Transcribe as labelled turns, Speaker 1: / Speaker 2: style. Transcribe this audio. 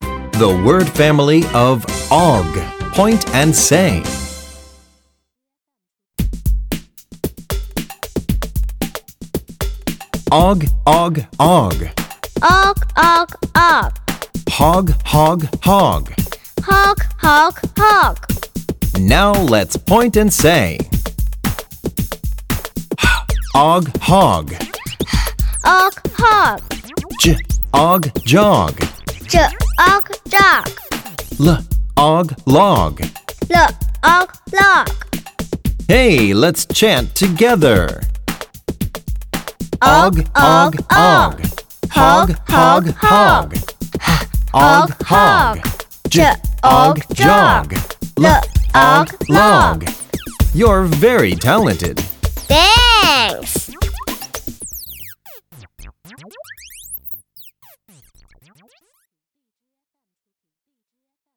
Speaker 1: The word family of og. Point and say. Og, og, og.
Speaker 2: Og, og, og.
Speaker 1: Hog, hog, hog.
Speaker 2: Hog, hog, hog.
Speaker 1: Now let's point and say. Og, hog.
Speaker 2: Og, hog.
Speaker 1: J, og, jog.
Speaker 2: J, og, jog.
Speaker 1: L, og, log.
Speaker 2: L, og, log.
Speaker 1: Hey, let's chant together.
Speaker 2: Og, og, og.
Speaker 1: Hog, hog, hog. Og, hog. J, og, jog. L, og, log. You're very talented.
Speaker 2: Thanks!